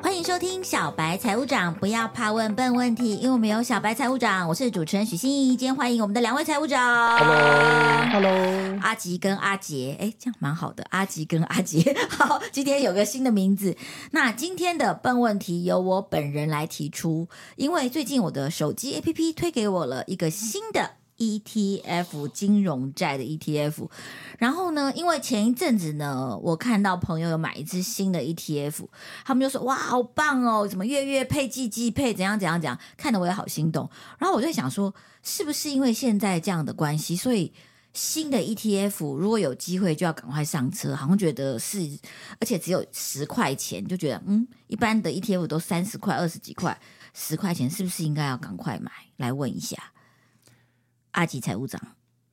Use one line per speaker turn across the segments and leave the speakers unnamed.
欢迎收听小白财务长，不要怕问笨问题，因为我们有小白财务长，我是主持人许欣怡，今天欢迎我们的两位财务长
Hello，Hello，
阿吉跟阿杰，哎，这样蛮好的，阿吉跟阿杰， 好，今天有个新的名字。那今天的笨问题由我本人来提出，因为最近我的手机 APP 推给我了一个新的 ETF 金融债的 ETF，然后呢，因为前一阵子呢，我看到朋友有买一只新的 ETF，他们就说哇，好棒哦，什么月月配、季季配，怎样怎样怎样，看得我也好心动。然后我就想说，是不是因为现在这样的关系，所以新的 ETF 如果有机会就要赶快上车，好像觉得是，而且只有十块钱，就觉得嗯，一般的 ETF 都三十块、二十几块，十块钱是不是应该要赶快买？来问一下阿吉财务长，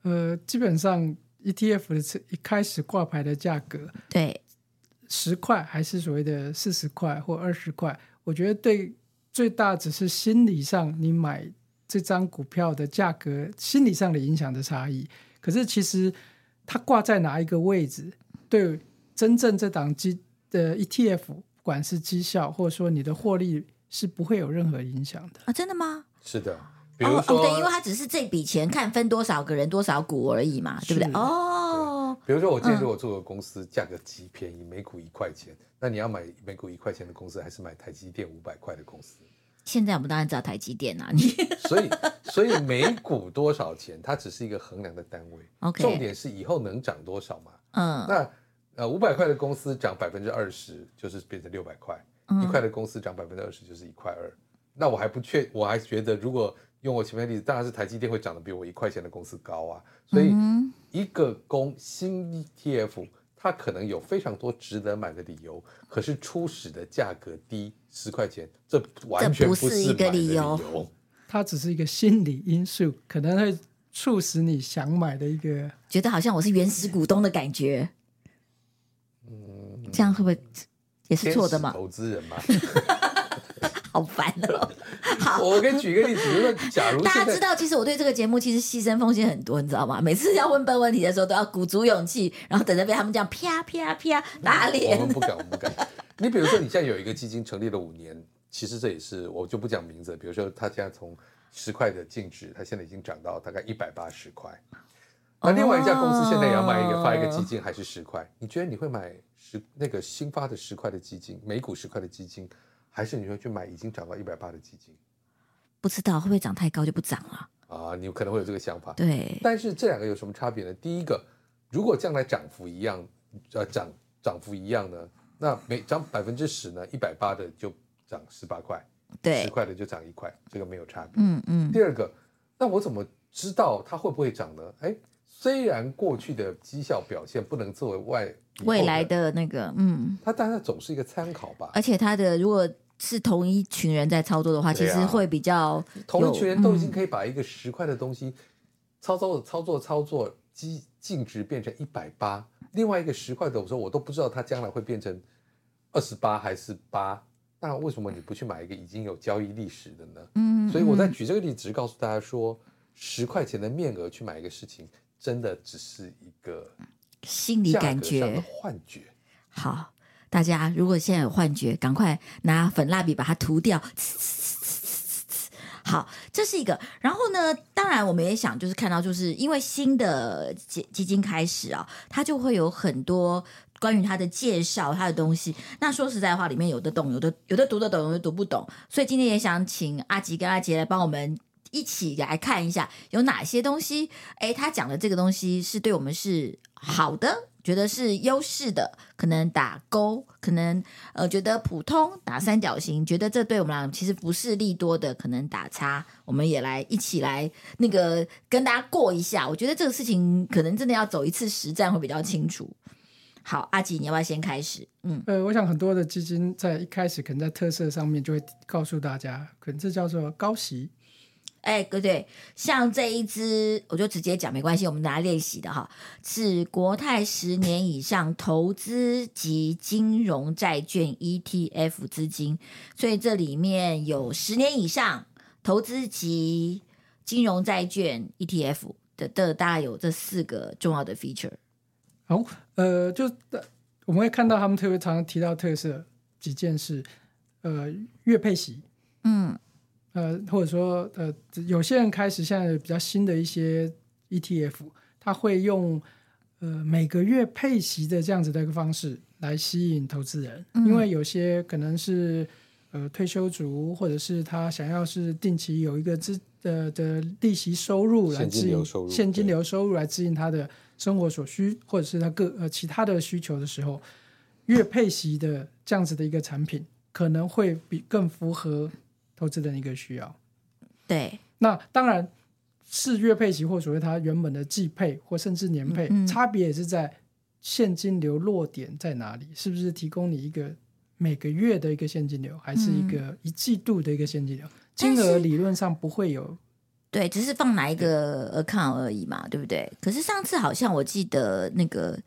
呃，基本上 ETF 的是一开始挂牌的价格
对
十块，还是所谓的四十块或二十块，我觉得对最大只是心理上你买这张股票的价格心理上的影响的差异。可是其实它挂在哪一个位置，对真正这档呃基的 ETF，不管是绩效或者说你的获利，是不会有任何影响的。
啊，真的吗？
是的，比
哦
如
哦，
说，
对，因为他只是这笔钱看分多少个人多少股而已嘛，对不对？
是
哦，
比如说我今天如果做个公司价格极便宜，每股一块钱，那你要买每股一块钱的公司，还是买台积电五百块的公司？
现在我们当然知道台积电啊，你
所以，所以每股多少钱，它只是一个衡量的单位。
OK
重点是以后能涨多少嘛？
嗯
那呃，五百块的公司涨百分之二十，就是变成六百块；
嗯
一块的公司涨百分之二十，就是一块二。那我还不确，我还觉得，如果用我前面的例子，当然是台积电会涨得比我一块钱的公司高啊。所以，
嗯
一个公新 ETF，它可能有非常多值得买的理由，可是初始的价格低十块钱，这完全
不
不
是
是
一个
买的
理由
由
它只是一个心理因素，可能会促使你想买的一个。
觉得好像我是原始股东的感觉，
嗯
这样会不会也是错的
天使
嘛？
投资 人嘛。
好烦哦！
我给你举一个例子，比如说，假如
大家
现
知
在
道，其实我对这个节目其实牺牲风险很多，你知道吗？每次要问笨问题的时候，都要鼓足勇气，然后等着被他们这样啪啪啪 打
我
脸
们。不敢，我们不敢。你比如说，你现在有一个基金成立了五年，其实这也是我就不讲名字。比如说，它现在从十块的净值，它现在已经涨到大概一百八十块。那另外一家公司现在也要卖一
哦
个发一个基金，还是十块？你觉得你会买十那个新发的十块的基金，每股十块的基金，还是你会去买已经涨到一百八的基金？
不知道会不会长太高就不涨了？
啊，你可能会有这个想法。
对，
但是这两个有什么差别呢？第一个，如果将来涨幅一样，呃，涨涨幅一样呢，那每涨百分之十呢，一百八的就涨十八块，十
对，
块的就涨一块，这个没有差别。
嗯嗯，
第二个，那我怎么知道它会不会涨呢？哎，虽然过去的绩效表现不能作为外
未来，
以后
的那呃个，嗯，
它当然总是一个参考吧。
而且他的如果是同一群人在操作的话，其
对啊
实会比较
同
有
一群人都已经可以把一个十块的东西操作操作操作基净值变成一百八，另外一个十块的，我说我都不知道它将来会变成二十八还是八，那为什么你不去买一个已经有交易历史的呢？
嗯，
所以我在
嗯
举这个例子，只是告诉大家说，十块钱的面额去买一个事情，真的只是一个
心理
价
感
格上的
觉
幻觉。
好。大家如果现在有幻觉，赶快拿粉蜡笔把它涂掉。好，这是一个。然后呢，当然我们也想，就是看到，就是因为新的基基金开始啊，它就会有很多关于它的介绍，它的东西。那说实在话，里面有的懂，有的有的读得懂，有的读不懂。所以今天也想请阿吉跟阿杰来帮我们。一起来看一下有哪些东西，诶，他讲的这个东西是对我们是好的，觉得是优势的，可能打勾，可能呃觉得普通打三角形，觉得这对我们来讲其实不是利多的，可能打叉，我们也来一起来那个跟大家过一下。我觉得这个事情可能真的要走一次实战会比较清楚。好，阿吉，你要不要先开始？嗯，
呃，我想很多的基金在一开始可能在特色上面就会告诉大家，可能这叫做高息。
哎，对对，像这一支，我就直接讲没关系，我们拿来练习的哈，是国泰十年以上投资及金融债券 ETF 资金，所以这里面有十年以上投资及金融债券 ETF 的的，大概有这四个重要的 feature。
好，呃，就呃我们会看到他们特别常常提到特色几件事，呃月配息，
嗯
呃，或者说呃，有些人开始现在比较新的一些 ETF，他会用呃每个月配息的这样子的一个方式来吸引投资人，
嗯
因为有些可能是呃退休族，或者是他想要是定期有一个资的的利息收入来
现金
指
流
引
收入
现金
对
流收入来指引他的生活所需，或者是他各呃其他的需求的时候，月配息的这样子的一个产品可能会比更符合投资人的一个需要。
对，
那当然是月配息或所谓它原本的季配或甚至年配，
嗯嗯
差别也是在现金流落点在哪里，是不是提供你一个每个月的一个现金流，还是一个一季度的一个现金流？
嗯但
金额
是
理论上不会有，
对，只是放哪一个 account 而已嘛，对不对？可是上次好像我记得那个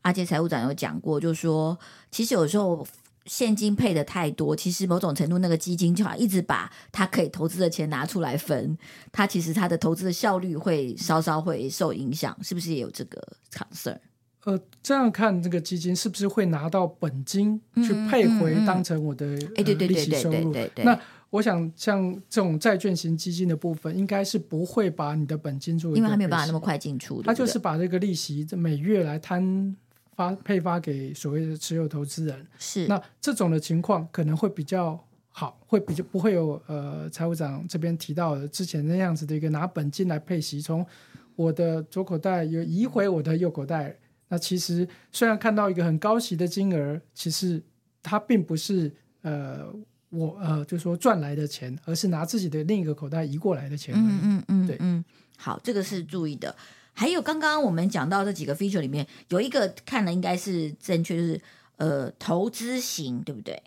阿杰财务长有讲过，就说其实有时候现金配的太多，其实某种程度那个基金就好像一直把他可以投资的钱拿出来分，他其实他的投资的效率会稍稍会受影响，是不是也有这个 concern？
呃，这样看这个基金是不是会拿到本金去
嗯嗯
配回
嗯嗯
当成我的、
哎，对对
呃、利
对
息
对
收
对
入？
对对，
那我想，像这种债券型基金的部分，应该是不会把你的本金做一个配息，
因为他没有办法那么快进出，
他就
对
是把这个利息这每月来摊发配发给所谓的持有投资人。
不对是
那这种的情况可能会比较好，会比较不会有呃财务长这边提到的之前那样子的一个拿本金来配息，从我的左口袋又移回我的右口袋。那其实虽然看到一个很高息的金额，其实它并不是呃我呃就说赚来的钱，而是拿自己的另一个口袋移过来的钱而已。
嗯嗯嗯，
对
嗯，好，这个是注意的。还有刚刚我们讲到这几个 feature 里面，有一个看了应该是正确，就是呃投资型，对不对？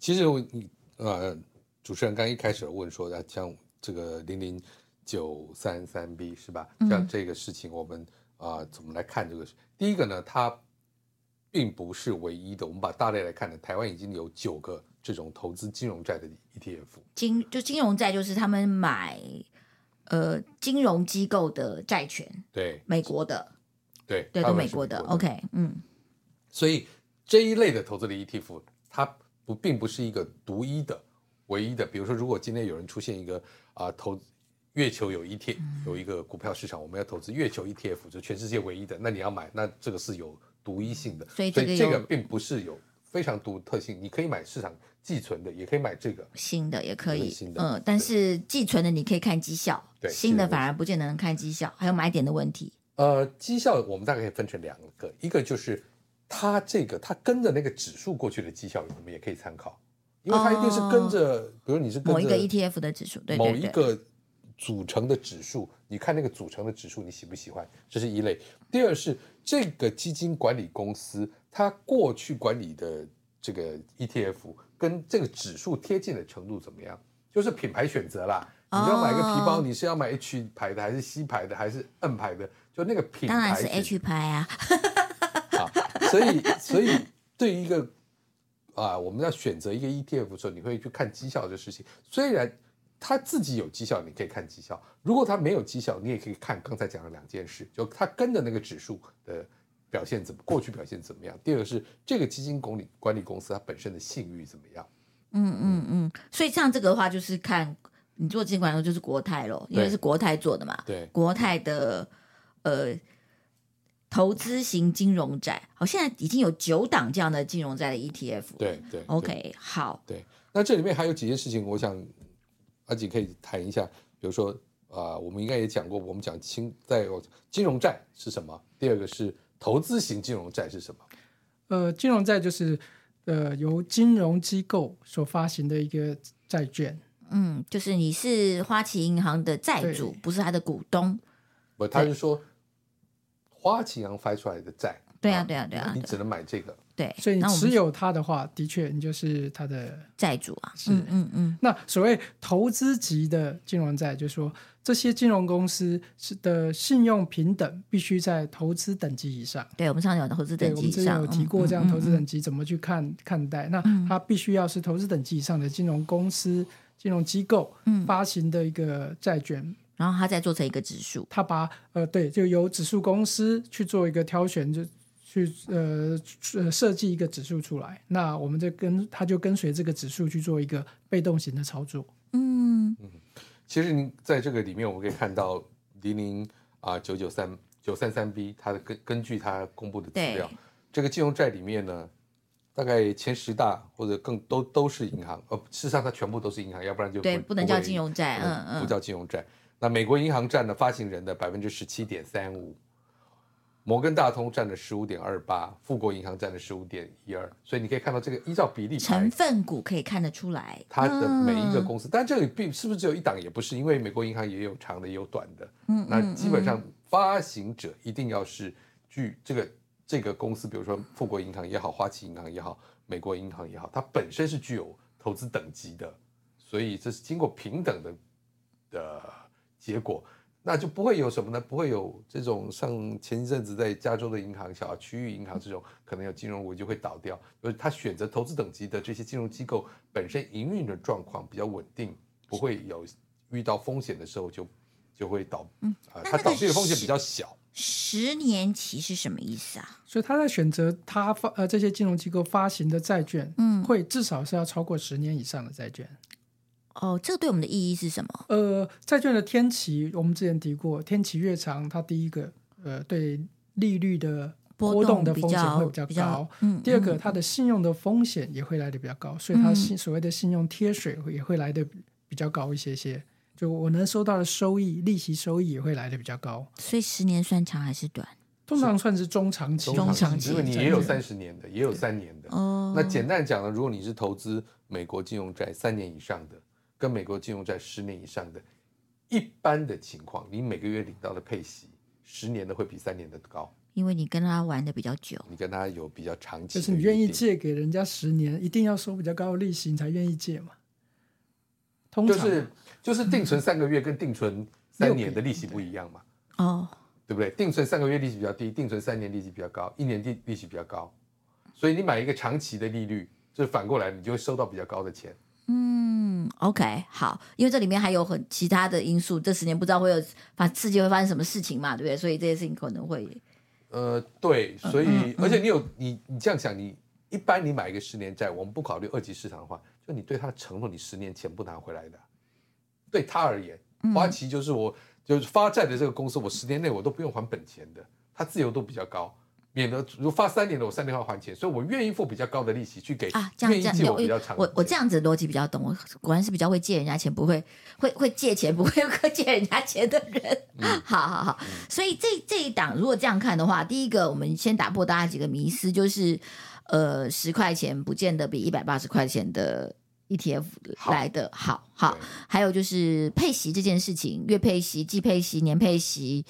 其实我你呃，主持人刚一开始有问说，啊像这个零零九三三 B 是吧？像
嗯
这个事情，我们啊、呃怎么来看这个事？第一个呢，它并不是唯一的。我们把大类来看呢，台湾已经有九个这种投资金融债的 E ETF，
金就金融债就是他们买呃金融机构的债权，
对
美国的，
对，
对，
大
都
部分
美
是
国的。OK，嗯
所以这一类的投资类 ETF，它不并不是一个独一的、唯一的。比如说，如果今天有人出现一个啊、投月球有 ETF 有一个股票市场，我们要投资月球 ETF，就全世界唯一的，那你要买，那这个是有独一性的。
所以这个有
并不是有非常独特性，你可以买市场寄存的，也可以买这个。
新的也可以
对新，的
嗯，但是寄存的你可以看绩效，
对
新
新
的
的
反而不见得能看绩效，还有买点的问题。
呃，绩效我们大概可以分成两个，一个就是它这个它跟着那个指数过去的绩效，我们也可以参考，因为它一定是跟着，比如你是跟着
哦某一个 ETF 的指数，对
某
对
一
对，
个组成的指数，你看那个组成的指数你喜不喜欢，这是一类。第二是这个基金管理公司它过去管理的这个 ETF 跟这个指数贴近的程度怎么样，就是品牌选择啦。你要买个皮包，
哦
你是要买 H 牌的还是 C 牌的还是 M 牌的？就那个品
当然
牌
是
选
H 牌啊，
啊，所以所以对于一个啊，我们要选择一个 ETF 的时候，你会去看绩效这事情。虽然它自己有绩效，你可以看绩效；如果它没有绩效，你也可以看刚才讲的两件事，就它跟着那个指数的表现怎么，过去表现怎么样。第二个是这个基金管理管理公司它本身的信誉怎么样。
嗯嗯嗯，所以像这个的话，就是看你做监管的就是国泰咯，因为
对
是国泰做的嘛。
对
国泰的呃投资型金融债，好，现在已经有九档这样的金融债的 ETF 了。
对对
OK，好，
对，那这里面还有几件事情，我想阿锦可以谈一下，比如说啊、我们应该也讲过，我们讲金在金融债是什么，第二个是投资型金融债是什么，
呃，金融债就是呃由金融机构所发行的一个债券，
嗯，就是你是花旗银行的债主
对，
不是他的股东。
不，他是说花旗银行发出来的债，
对啊，对啊，对啊，
你
对
只能买这个，
对。
所以你
那我们
持有它的话，的确你就是它的。
债主啊，
是
嗯嗯嗯，
那所谓投资级的金融债，就是说这些金融公司是的信用平等必须在投资等级以上。
对，我们上次有投资
对，
等
我
级以
们之前
上
有提
嗯
过这样
嗯
投资
嗯
等级怎么去看、看待。那它必须要是投资等级以上的金融公司、金融机构
嗯
发行的一个债券，
然后他再做成一个指数。
他把呃对，就由指数公司去做一个挑选，就去呃呃设计一个指数出来，那我们这跟它就跟随这个指数去做一个被动型的操作。
嗯
其实您在这个里面，我们可以看到零零啊九九三九三三 B，它的根根据它公布的资料
对，
这个金融债里面呢，大概前十大或者更都都是银行，呃，事实上它全部都是银行，要不然就
对，不能叫
会
金融债，嗯
不
嗯，
叫金融债。那美国银行占了发行人的百分之十七点三五，摩根大通占了十五点二八，富国银行占了十五点一二，所以你可以看到这个依照比例排
成，分股可以看得出来，
它的每一个
嗯
公司，但这里并是不是只有一档也不是，因为美国银行也有长的也有短的，
嗯
那
嗯
基本
嗯
上发行者一定要是具这个这个公司，比如说富国银行也好，花旗银行也好，美国银行也好，它本身是具有投资等级的，所以这是经过平等的的结果，那就不会有什么呢？不会有这种像前一阵子在加州的银行、小区域银行这种可能有金融危机会倒掉，就是他选择投资等级的这些金融机构本身营运的状况比较稳定，不会有遇到风险的时候就就会倒，嗯，啊，
那
它
那个
倒闭的风险
是
比较小。
十年期是什么意思啊？
所以他在选择他发呃这些金融机构发行的债券，
嗯
会至少是要超过十年以上的债券。
哦，这个对我们的意义是什么？
呃，债券的天期我们之前提过，天期越长，它第一个呃对利率的波动的
比
风险
较
会比较高。
嗯，
第二个，
嗯
它的信用的风险也会来的比较高，所以它信所谓的信用贴水会也会来的比较高一些些。就我能收到的收益，利息收益也会来的比较高。
所以十年算长还是短？
通常算是中长期，
中长期
因为你
债
也有
券
三十年的，也有三年的，
嗯
哦，
那简单讲呢，如果你是投资美国金融债三年以上的，跟美国金融债十年以上的，一般的情况，你每个月领到的配息，十年的会比三年的高。
因为你跟他玩的比较久，
你跟他有比较长期，
就是你愿意，借给人家十年，一定要收比较高的利息，你才愿意借嘛。通
就
常、
是就是定存三个月跟定存三年的利息不一样嘛，
哦，
对不对？定存三个月利息比较低，定存三年利息比较高，一年利利息比较高，所以你买一个长期的利率，就是反过来你就会收到比较高的钱。
嗯，OK，好，因为这里面还有很其他的因素，这十年不知道会有发世界会发生什么事情嘛，对不对？所以这些事情可能会
呃，对，
嗯
所以而且你有你你这样想，你一般你买一个十年债，我们不考虑二级市场的话，就你对他的承诺，你十年钱不拿回来的，对他而言，
嗯
花旗就是我就是发债的这个公司，我十年内我都不用还本钱的，它自由度比较高。免得如果发三年的，我三年后还钱，所以我愿意付比较高的利息去给
啊，这样
愿
这
意
样
借
有
我比较长的
我我这
钱
样子的逻辑比较懂，我果然是比较会借人家钱，不会会会借钱，不会会借人家钱的人。
嗯
好好好，所以这这一档如果这样看的话，第一个我们先打破大家几个迷思，就是呃，十块钱不见得比一百八十块钱的 ETF
好
来的好好
对。
还有就是配息这件事情，月配息、季配息、年配息，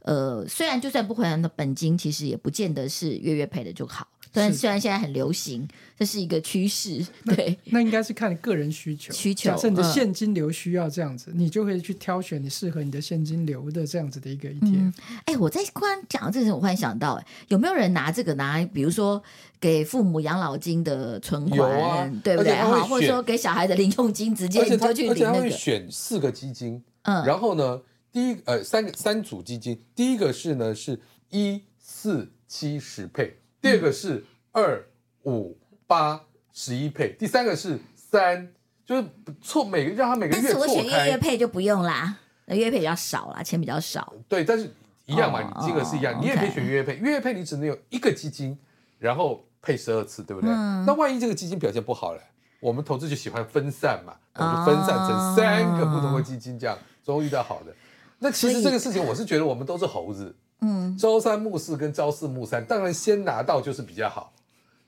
呃，虽然就算不还的本金，其实也不见得是月月配的就好。但
是
虽然现在很流行，这是一个趋 势，对，
那应该是看个人需求。
需求
假设你的
嗯
现金流需要这样子，你就会去挑选你适合你的现金流的这样子的一个 ETF。
嗯哎、我在忽然讲到这个，我忽然想到、哎，有没有人拿这个拿，比如说给父母养老金的存
有
款，
啊
对不对？
而且他会
哈，或者
选
说给小孩的零用金，直接
而且
你
他
就去
而且
领
他
那
会
个，
选四个基金，
嗯
然后呢，第一呃三个三组基金，第一个是呢是一四七十配，第二个是二五八十一配，第三个是三，就是不错每个让他每个
但
月
是我
错
选月月
开，
配就不用啦，月配比较少啦，钱比较少，
对，但是一样嘛，
哦
你金额是一
哦
样，你也可以
OK
选月月配，月月配你只能有一个基金，然后配十二次，对不对？
嗯
那万一这个基金表现不好嘞？我们投资就喜欢分散嘛，我们就分散
哦
成三个不同的基金，这样终于遇到好的。那其
所
实
以
这个事情，我是觉得我们都是猴子，
嗯，
朝三暮四跟朝四暮三，当然先拿到就是比较好，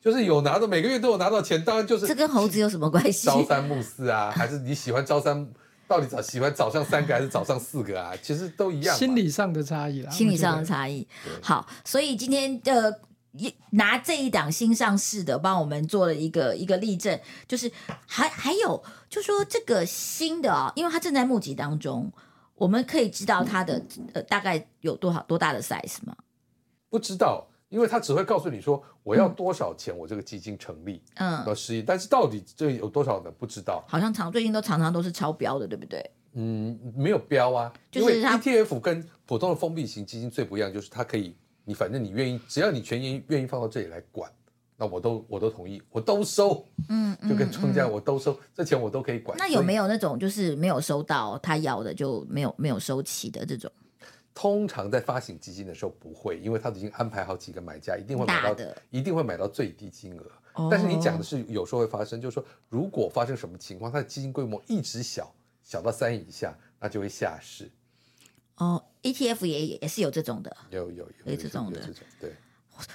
就是有拿到，每个月都有拿到钱，当然就是
这跟猴子有什么关系？
朝三暮四啊，还是你喜欢朝三，到底早喜欢早上三个还是早上四个啊？其实都一样嘛。
心理上的差异啦，
心理上
我
的
觉得
差异
对。
好，所以今天呃，也拿这一档新上市的，帮我们做了一个一个例证，就是还还有，就说这个新的啊、因为它正在募集当中，我们可以知道它的
嗯
呃大概有多少多大的 size 吗？
不知道，因为他只会告诉你说我要多少钱，我这个基金成立
嗯，
到十亿，但是到底这有多少呢？不知道。
好像常最近都常常都是超标的，对不对？
嗯，没有标啊，
就是
因为 E
它
ETF 跟普通的封闭型基金最不一样，就是它可以你反正你愿意，只要你全愿愿意放到这里来管，那我都我都同意，我都收，
嗯，嗯
就跟庄家
嗯
我都收，这钱我都可以管。
那有没
有？
有那种就是没有收到他要的就没有没有收齐的这种
通常在发行基金的时候不会，因为他已经安排好几个买家，一定会买
大
到，
的？
一定会买到最低金额。
哦
但是你讲的是有时候会发生，就是说如果发生什么情况，它的基金规模一直小，小到三以下，那就会下市。
哦，ETF 也也是有这种的，
有有
有
有
这种的
有这种对。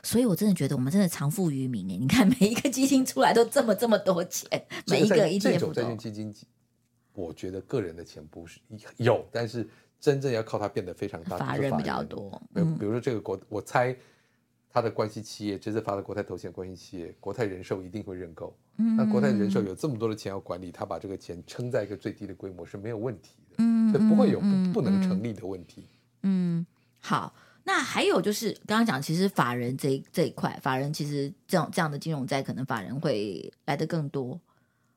所以我真的觉得我们真的藏富于民哎！你看每一个基金出来都这么这么多钱，每一
这
个
债这
ETF
种债
都
券基金，我觉得个人的钱不是有，但是真正要靠它变得非常大，
法
就是
人
法
比较
人。
多，
比
嗯
比如说这个国，我猜它的关系企业这次发的国泰投信的关系企业，国泰人寿一定会认购。
嗯，
那国泰人寿有这么多的钱要管理，它把这个钱撑在一个最低的规模是没有问题的，
嗯，嗯，
所以不会有
嗯
不不能成
嗯
立的问题。
嗯，好，那还有就是刚刚讲，其实法人这一这一块，法人其实这种这样的金融债，可能法人会来的更多，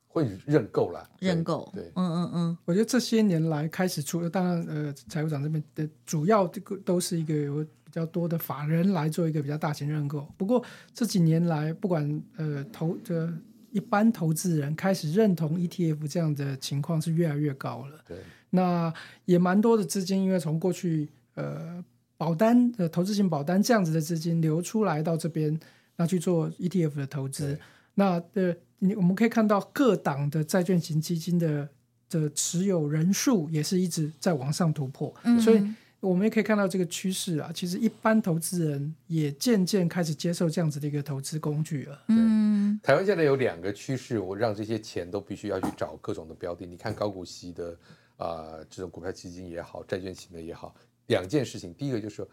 会认购啦，对
认购，
对
嗯，嗯嗯，
我觉得这些年来开始出，当然呃，财务长这边的主要这个都是一个有比较多的法人来做一个比较大型认购。不过这几年来，不管呃投呃一般投资人开始认同 E ETF 这样的情况是越来越高了。
对，
那也蛮多的资金，因为从过去呃保单呃投资型保单这样子的资金流出来到这边，那去做 ETF 的投资
对。
那呃，你我们可以看到各档的债券型基金的的持有人数也是一直在往上突破，
嗯
所以我们也可以看到这个趋势啊。其实一般投资人也渐渐开始接受这样子的一个投资工具了。
嗯
台湾现在有两个趋势，我让这些钱都必须要去找各种的标的。你看高股息的啊、呃这种股票基金也好，债券型的也好，两件事情。第一个就是说，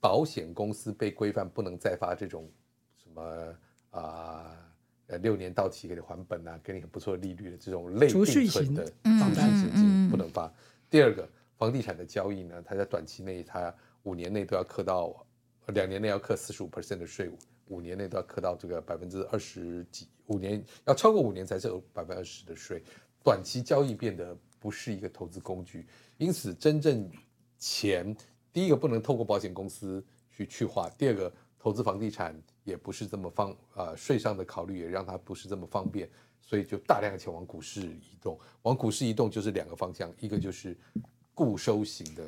保险公司被规范不能再发这种什么啊呃六年到期给你还本啊，给你很不错的利率的这种类
储蓄
定存
型
的
嗯
储蓄型基
嗯嗯
金不能发。第二个，房地产的交易呢，它在短期内，它五年内都要课到，呃两年内要课四十五 percent 的税务，五年内都要课到这个百分之二十几，五年要超过五年才是百分之二十的税。短期交易变得不是一个投资工具，因此真正钱，第一个不能透过保险公司去去化，第二个投资房地产也不是这么方呃税上的考虑也让它不是这么方便，所以就大量的钱往股市移动，往股市移动就是两个方向，一个就是固收型的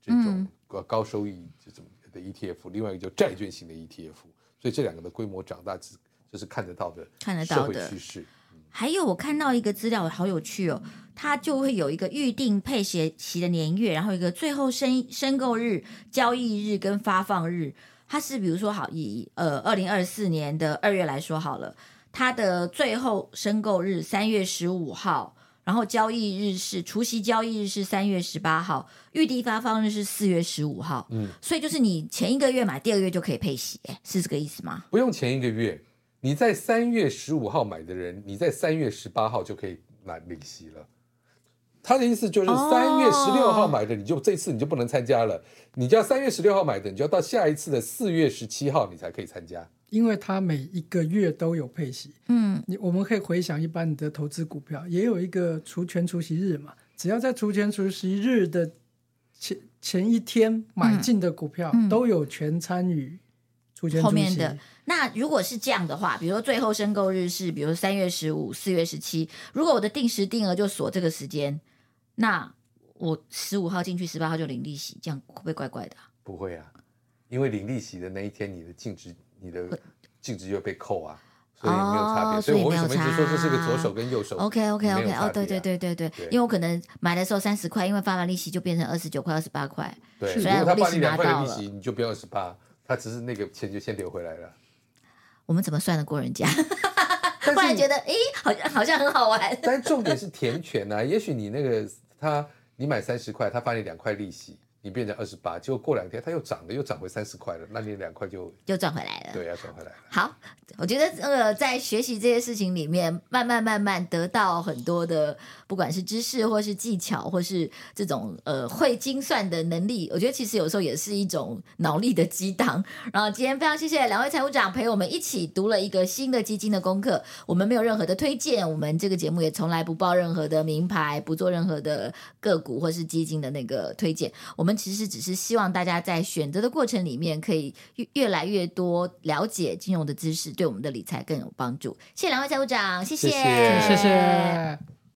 这种
嗯
高高收益这种的 ETF，、另外一个就债券型的 ETF，所以这两个的规模长大只这是看得到的
看得
社
到
会
的
趋势。
还有我看到一个资料，好有趣哦，它就会有一个预定配息息的年月，然后一个最后申申购日、交易日跟发放日。它是比如说好以呃二零二四年的二月来说好了，它的最后申购日三月十五号，然后交易日是除夕交易日是三月十八号，预定发放日是四月十五号。
嗯，
所以就是你前一个月买，第二个月就可以配息，哎是这个意思吗？
不用前一个月，你在三月十五号买的人，你在三月十八号就可以拿领息了。他的意思就是
哦
三月十六号买的，你就这次你就不能参加了。你就要三月十六号买的，你就要到下一次的四月十七号你才可以参加。
因为它每一个月都有配息，
嗯，
你我们可以回想一般你的投资股票，也有一个除权除息日嘛，只要在除权除息日的前前一天买进的股票，
嗯嗯
都有权参与除权除息。
后面的那如果是这样的话，比如说最后申购日是，比如三月十五、四月十七，如果我的定时定额就锁这个时间，那我十五号进去，十八号就领利息，这样会不会怪怪的啊、
不会啊，因为领利息的那一天，你的净值你的净值又被扣啊，所以没有差别。
呃哦
所以我为什么
所
一
以没有
直说这是个
差
左手跟右手
OK OK
没
OK，、
有差别啊
哦，对对对对对，
对
因为我可能买的时候三十块，因为发完利息就变成二十九块、二十八块，
对，
虽
如
然
果他把
利
你
息拿
两块
到
的利
了
息，你就不要十八，他只是那个钱就先留回来 了。
我们怎么算得过人家？
但
忽
是
然
你
觉得，诶，好像好像很好玩。
但重点是填权啊， 也许你那个他你买三十块，他发你两块利息，你变成二十八，结果过两天他又涨了，又涨回三十块了，那你两块就
又赚回来了。
对要转回来了。
好，我觉得那个在学习这些事情里面，慢慢慢慢得到很多的，不管是知识或是技巧，或是这种呃会精算的能力，我觉得其实有时候也是一种脑力的激荡。 然后今天非常谢谢两位财务长陪我们一起读了一个新的基金的功课，我们没有任何的推荐，我们这个节目也从来不报任何的名牌，不做任何的个股或是基金的那个推荐，我们其实只是希望大家在选择的过程里面，可以越越来越多了解金融的知识，对我们的理财更有帮助。谢谢两位财务长，谢
谢谢
嗯
谢谢。